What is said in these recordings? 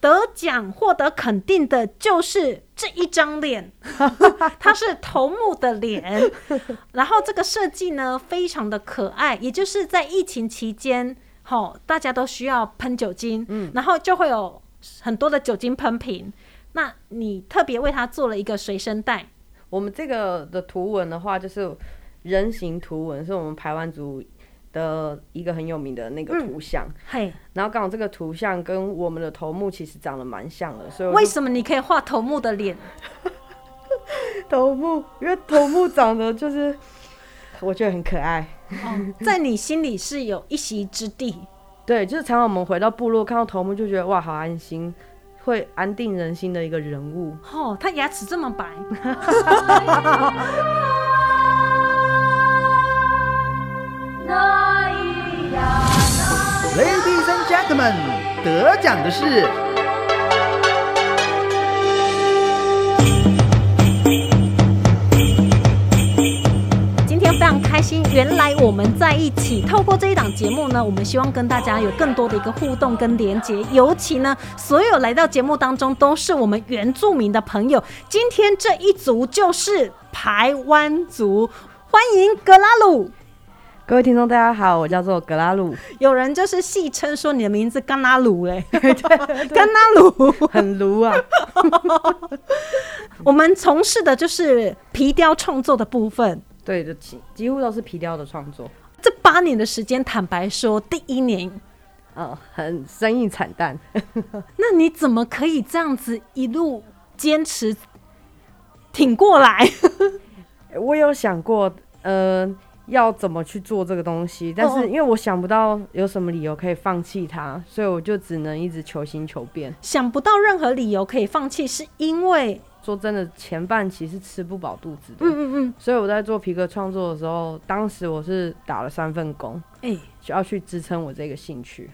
得奖获得肯定的就是这一张脸， 它是头目的 脸。然后这个设计呢，非常的可爱，也就是在疫情期间，吼，大家都需要喷酒精，嗯，然后就会有很多的酒精喷瓶。那你特别为它做了一个随身袋，我们这个的图文的话，就是人形图文，是我们排湾族的一个很有名的那个图像。嘿，然后刚好这个图像跟我们的头目其实长得蛮像的，所以我为就什么你可以画头目的脸？头目，因为头目长得就是我觉得很可爱。哦，在你心里是有一席之地。对，就是常常我们回到部落看到头目，就觉得哇，好安心，会安定人心的一个人物。哦，他牙齿这么白， Ladies and gentlemen，得奖的是今天非常开心。原来我们在一起，透过这一档节目呢，我们希望跟大家有更多的一个互动跟连接。尤其呢，所有来到节目当中都是我们原住民的朋友。今天这一族就是排湾族，欢迎格拉鲁。各位听众，大家好，我叫做格拉 鲁，有人就是戏称说你的名字甘拉鲁哎嘞，甘拉鲁。很卢啊。 我们从事的就是皮雕创作的部分。对，就几几乎都是皮雕的创作，这八年的时间，坦白说，第一年嗯，很生意惨淡。 那你怎么可以这样子一路坚持挺过来？ 我有想过，呃，要怎么去做这个东西，但嗯是嗯因为我想不到有什么理由可以放弃它，所以我就只能一直求新求变。想不到任何理由可以放弃，是因为说真的，前半期是吃不饱肚子的，嗯嗯所以我在做皮革创作的时候，当时我是打了三份工，嗯，哎、就要去支撑我这个兴趣。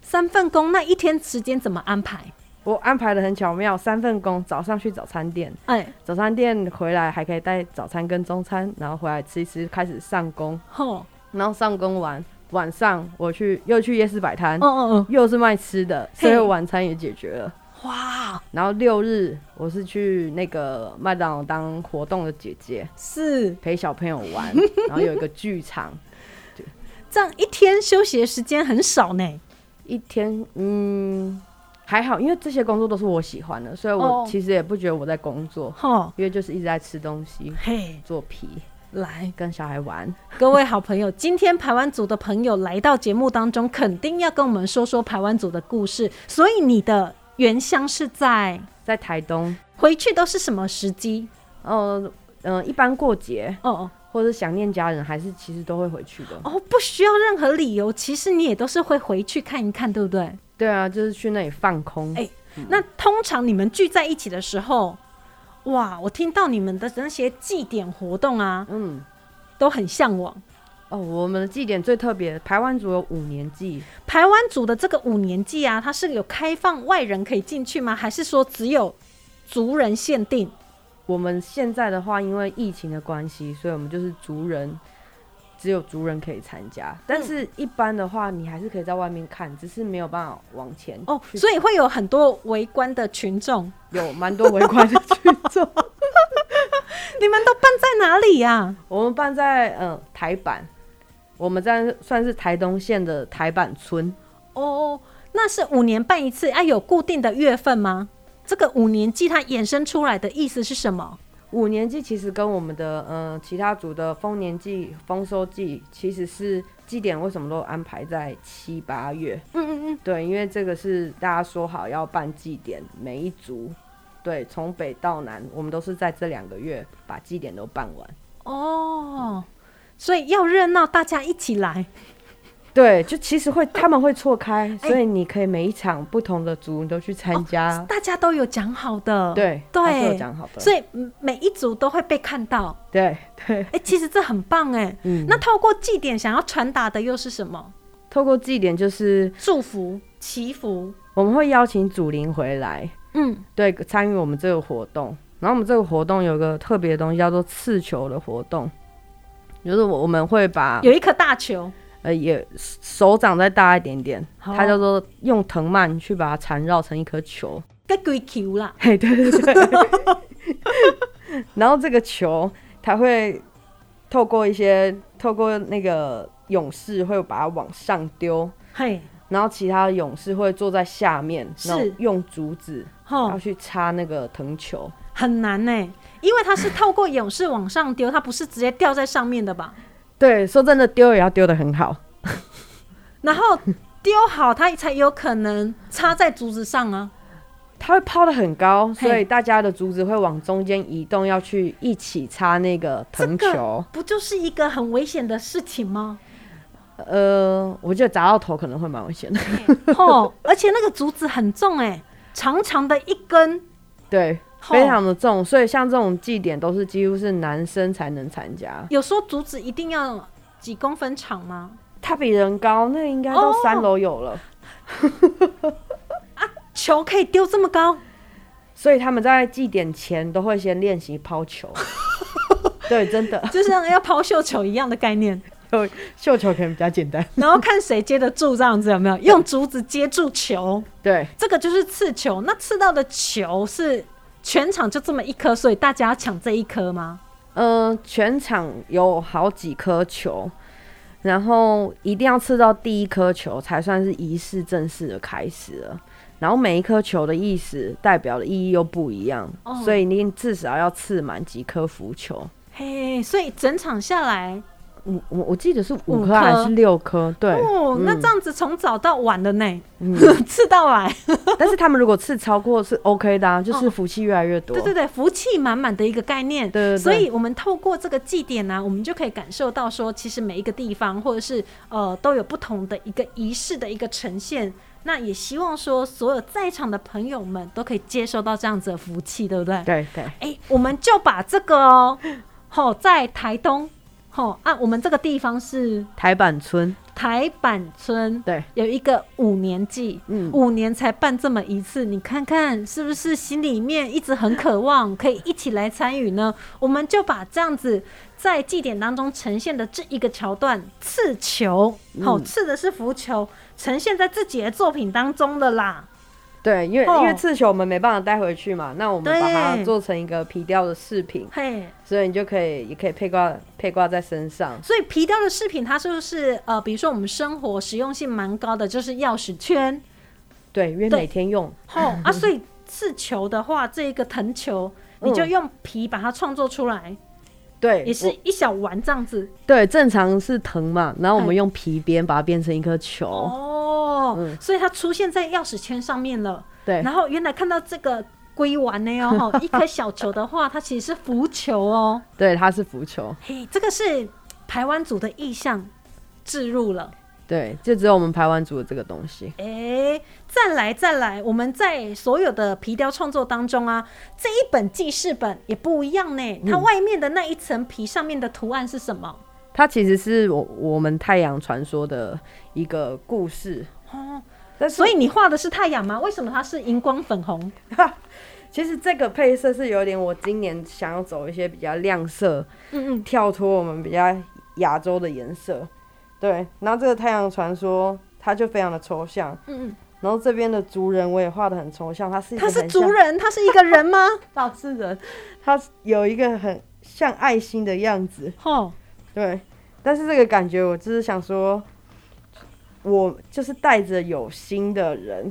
三份工，那一天时间怎么安排？我安排的很巧妙，三份工，早上去早餐店，哎、早餐店回来还可以带早餐跟中餐，然后回来吃一吃，开始上工，吼，然后上工完，晚上我去又去夜市摆摊嗯，嗯嗯，又是卖吃的，嘿所以晚餐也解决了。哇，然后六日我是去那个麦当劳当活动的姐姐，是陪小朋友 玩，然后有一个剧场，这样一天休息的时间很少呢。一天嗯还好，因为这些工作都是我喜欢的，所以我哦其实也不觉得我在工作，吼，因为就是一直在吃东西、嘿，做皮、来，跟小孩玩。各位好朋友，今天排湾族的朋友来到节目当中，肯定要跟我们说说排湾族的故事。所以你的原乡是在在台东，回去都是什么时机？呃嗯、一般过节哦哦或者想念家人，还是其实都会回去的。哦，不需要任何理由，其实你也都是会回去看一看，对不对？对啊，就是去那里放空。哎那通常你们聚在一起的时候，哇，我听到你们的那些祭典活动啊，嗯。都很向往。哦，我们的祭典最特别，台湾族有五年祭，台湾族的这个五年祭啊，它是有开放外人可以进去吗？还是说只有族人限定？我们现在的话，因为疫情的关系，所以我们就是族人，只有族人可以参嗯加。但是一般的话，你还是可以在外面看，只是没有办法往前哦，去所以会有很多围观的群众。有蛮多围观的群众。你们都办在哪里呀、 我们办在嗯、呃台版，我们在算是台东县的台版村，哦，那是五年办一次啊？有固定的月份吗？这个五年祭它衍生出来的意思是什么？五年祭其实跟我们的呃其他族的丰年祭、丰收祭其实是祭典，为什么都安排在七八月？嗯嗯嗯，对，因为这个是大家说好要办祭典，每一族，对，从北到南，我们都是在这两个月把祭典都办完。哦，所以要热闹，大家一起来。对，就其实会他们会错哦开，哎所以你可以每一场不同的族你都去参加。大家都有讲好的，啊对，他是有哦对，讲好的。所以嗯每一组都会被看到。对对， 哎、其实这很棒哎。嗯那透过祭典想要传达的又是什么？透过祭典就是祝福、祈福。我们会邀请祖灵回来，嗯，对，参与我们这个活动。然后我们这个活动有个特别的东西叫做刺球的活动，就是我我们会把有一颗大球，呃，也手掌再大一点点，好它叫做用藤蔓去把它缠绕成一颗球。 个鬼球啦，嘿，对对对。 然后这个球，它会透过一些透过那个勇士会把它往上丢，嘿，然后其他的勇士会坐在下面，是哦然后用竹子吼、然后去插那个藤球。很难呢、因为它是透过勇士往上丢，它不是直接掉在上面的吧？对，说真的，丢也要丢得很好。然后丢好，它才有可能插在竹子上啊。它会抛得很高，嘿所以大家的竹子会往中间移动，要去一起插那个藤这个球。不就是一个很危险的事情吗？呃，我觉得砸到头可能会蛮危险的。 哦，而且那个竹子很重哎、长长的一根，对，吼非常的重，所以像这种祭典都是几乎是男生才能参加。有说竹子一定要几公分长吗？它比人高，那应该到哦三楼有了，球可以丢这么高？所以他们在祭典前都会先练习抛 球。对，真的，就像要抛绣球一样的概念，绣球可能比较简单。然后看谁接得住，这样子有没有？用竹子接住球，对，这个就是刺球。那刺到的球是全场就这么一颗，所以大家要抢这一颗吗？嗯、全场有好几颗球，然后一定要吃到第一颗球才算是仪式正式的开始了。然后每一颗球的意思代表的意义又不一样，哦所以你至少要刺满几颗浮球。嘿，所以整场下来，我我我记得是五五颗啊还颗是六颗？对，哦，那嗯这样子从早到晚的呢，嗯 刺到晚，但是他们如果刺超过是 OK 的、啊，就是哦福气越来越多。对对对，福气满满的一个概念。对对对所以我们透过这个祭典啊呢、我们就可以感受到说，其实每一个地方或者是呃都有不同的一个仪式的一个呈现。那也希望说，所有在场的朋友们都可以接受到这样子的福气，对不对？对对哎、我们就把这个哦，吼、在台东，吼、啊，我们这个地方是台板村，台板村，对，有一个五年祭，嗯五年才办这么一次，你看看是不是心里面一直很渴望可以一起来参与呢？我们就把这样子在祭典当中呈现的这一个桥段，刺球，好、嗯刺的是浮球，呈现在自己的作品当中的啦。对，因为、哦因为刺球我们没办法带回去嘛，那我们把它对做成一个皮雕的饰品，嘿，所以你就可以也可以配挂配挂在身上。所以皮雕的饰品它是不是呃，比如说我们生活实用性蛮高的，就是钥匙圈，对，因为对每天用。哦啊，所以刺球的话，这一个藤球，嗯你就用皮把它创作出来，对，也是我一小丸这样子。对，正常是藤嘛，然后我哎们用皮鞭把它变成一颗球。哦，嗯所以它出现在钥匙圈上面了。对然后原来看到这个龟丸呢 哦，吼一颗小球的话，它其实是浮球哦。对，它是浮球。嘿，这个是台湾组的意象置入了。对，就只有我们排湾族的这个东西。哎，再来再来，我们在所有的皮雕创作当中啊，这一本记事本也不一样呢。它外面的那一层皮上面的图案是什么？它其实是我我们太阳传说的一个故事。哦，但是所以你画的是太阳吗？为什么它是荧光粉红？其实这个配色是有点我今年想要走一些比较亮色，嗯嗯，跳脱我们比较亚洲的颜色。对，然后这个太阳传说它就非常的抽象，嗯嗯，然后这边的族人我也画的很抽象，它是一个他是很像族人，他是一个人 吗？老实人，它有一个很像爱心的样子。哦，对，但是这个感觉我就是想说，我就是带着有心的人，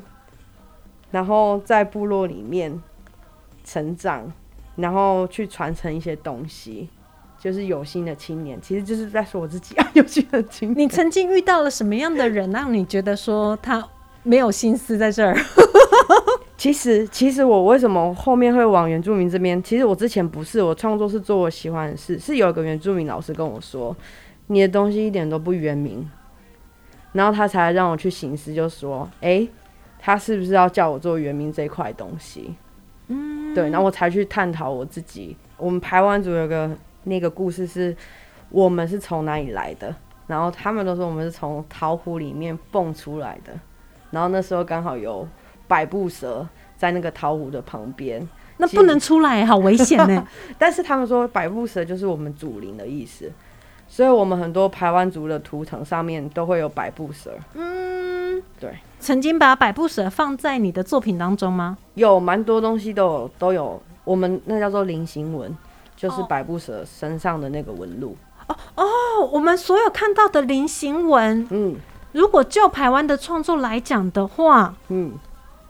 然后在部落里面成长，然后去传承一些东西，就是有心的青年，其实就是在说我自己啊，有心的青你年。曾经遇到了什么样的人，让你觉得说他没有心思在这儿？ 其实，其实我为什么后面会往原住民这边？其实我之前不是，我创作是做我喜欢的事，是有一个原住民老师跟我说，你的东西一点都不原名，然后他才让我去行思，就说，诶，他是不是要叫我做原名这一块东西？嗯，对，然后我才去探讨我自己。我们排湾族有个那个故事是，我们是从哪里来的？然后他们都说我们是从桃湖里面蹦出来的，然后那时候刚好有百步蛇在那个桃湖的旁边，那 不能出来，好危险呢。但是他们说百步蛇就是我们祖灵的意思，所以我们很多排湾族的图腾上面都会有百步蛇。嗯，对，曾经把百步蛇放在你的作品当中吗？有蛮多东西都有都有，我们那叫做菱形纹，就是哦百步蛇身上的那个纹路。哦，我们所有看到的菱形纹，嗯如果就台湾的创作来讲的话，嗯，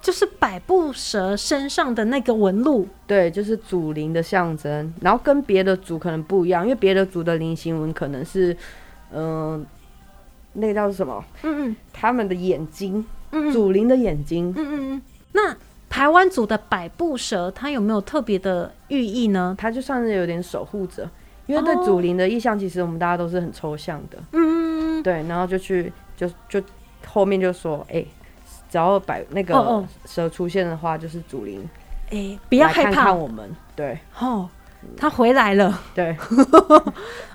就是百步蛇身上的那个纹路。对，就是祖灵的象征，然后跟别的族可能不一样，因为别的族的菱形纹可能是，嗯、那个叫做什么？嗯嗯他们的眼睛，嗯嗯祖灵的眼睛，嗯嗯嗯。那台湾族的百步蛇，它有没有特别的寓意呢？它就算是有点守护者，因为对哦祖灵的意象，其实我们大家都是很抽象的。嗯，嗯嗯对，然后就去就就后面就说，哎、只要摆那哦个哦蛇出现的话，就是祖灵哎，不要来害看怕看我们。对哦，它回来了。对，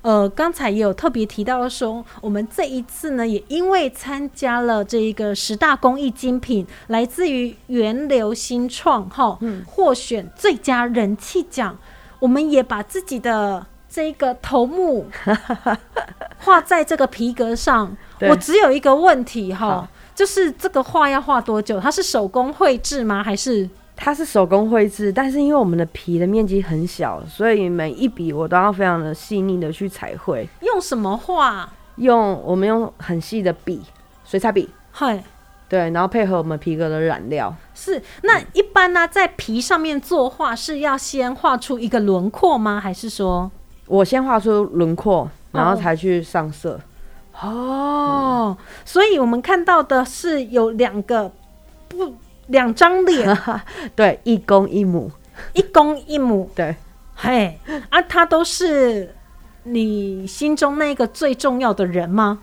呃，刚才也有特别提到说，我们这一次呢，也因为参加了这一个十大公益精品，来自于源流新创哈，嗯获选最佳人气奖，我们也把自己的这个头 目画在这个皮革上。对我只有一个问题哈好，就是这个画要画多久？它是手工绘制吗？还是它是手工绘制，但是因为我们的皮的面积很小，所以每一笔我都要非常的细腻的去彩绘，用什么画？用我们用很细的笔，水彩笔，嘿，对，然后配合我们皮革的染料。是，那一般呢、在皮上面作画是要先画出一个轮廓吗？还是说，我先画出轮廓，然后哦才去上色。哦，所以我们看到的是有两个不两张脸， 对，一公一母。一公一 母，对，嘿，啊，他都是你心中那个最重要的人吗？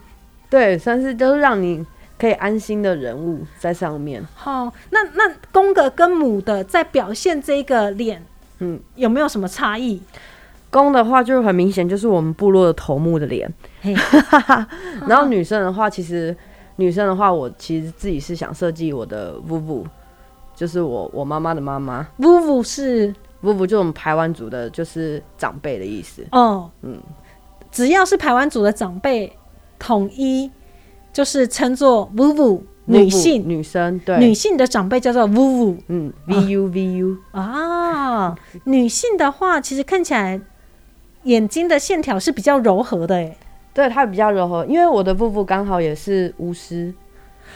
对，算是就是让你可以安心的人物在上面。哦，那那公的跟母的在表现这个脸，嗯，有没有什么差异？公的话就是很明显，就是我们部落的头目的脸嘿。嗯然后女生的话，其实女生的话，我其实自己是想设计我的 vuvu，就是我我妈妈的妈妈。呜呜是 vuvu 就是我们排湾族的，就是长辈的意思。哦，嗯只要是排湾族的长辈，统一就是称作 vuvu 女 vuvu，性，女生对，女性的长辈叫做 vuvu 嗯，vu vu，啊。女性的话，其实看起来眼睛的线条是比较柔和的，哎，对，它比较柔和，因为我的 vuvu 刚好也是 巫师，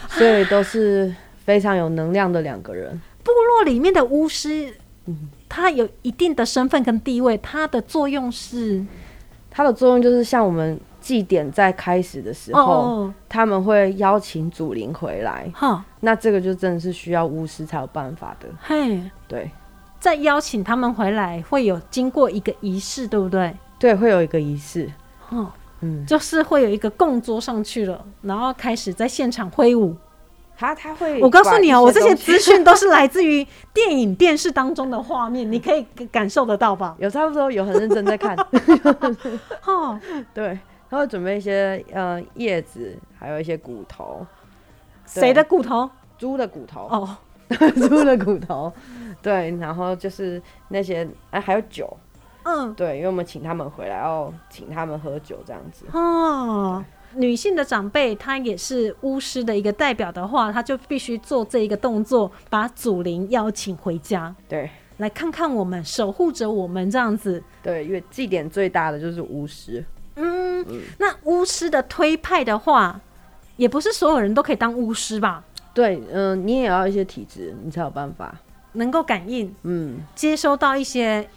所以都是非常有能量的两个人。部落里面的巫师。他有一定的身份跟地位，他的作用是它的作用就是像我们祭典在开始的时候，哦他们会邀请祖灵回来，哈那这个就真的是需要巫师才有办法的。嘿，对再邀请他们回来会有经过一个仪式，对不对？对，会有一个仪式，哦，嗯，就是会有一个供桌上去了，然后开始在现场挥舞。他他会，我告诉你哦，我这些资资讯都是来自于电影、电视当中的画面，你可以感受得到 吧？ 有差不多有很认真在看， 哦，对，他会准备一些呃叶子，还有一些骨头，谁的骨头？猪的骨头，哦，猪的骨头， 对，然后就是那些哎、还有酒，嗯，对，因为我们请他们回来要请他们喝酒这样子，哦。女性的长辈，她也是巫师的一个代表的话，她就必须做这一个动作，把祖灵邀请回家，对。来看看我们，守护着我们这样子。对，因为祭典最大的就是巫师，嗯，那巫师的推派的话，也不是所有人都可以当巫师吧？对，嗯、你也要一些体质，你才有办法，能够感应、嗯，接收到一些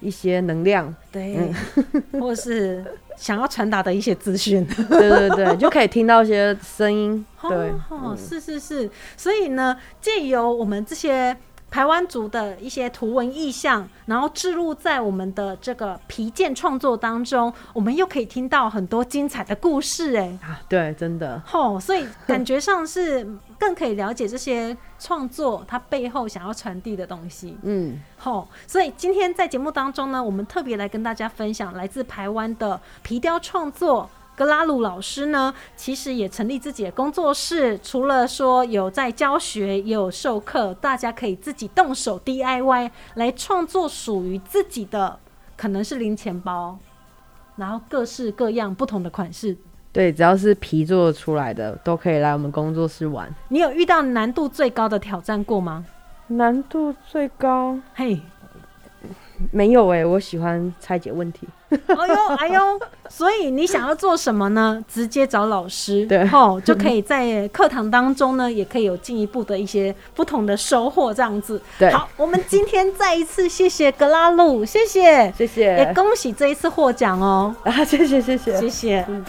一些能量，对， 或是想要传达的一些资讯。对对对，就可以听到一些声音，对，哦，是是是，所以呢，借由我们这些台湾族的一些图文意象，然后置入在我们的这个皮件创作当中，我们又可以听到很多精彩的故事，哎。啊，对，真的，哦，所以感觉上是更可以了解这些创作它背后想要传递的东西。嗯，吼、所以今天在节目当中呢，我们特别来跟大家分享来自台湾的皮雕创作。格拉鲁老师呢，其实也成立自己的工作室，除了说有在教学，也有授课，大家可以自己动手 DIY 来创作属于自己的，可能是零钱包，然后各式各样不同的款式。对，只要是皮做出来的，都可以来我们工作室玩。你有遇到难度最高的挑战过吗？难度最高嘿，没有哎、我喜欢拆解问题。哎呦哎呦，所以你想要做什么呢？直接找老师，对哦，就可以在课堂当中呢，也可以有进一步的一些不同的收获，这样子。对，好，我们今天再一次谢谢格拉路，谢谢，谢也谢，恭喜这一次获奖哦，啊，谢谢，谢谢，谢谢。嗯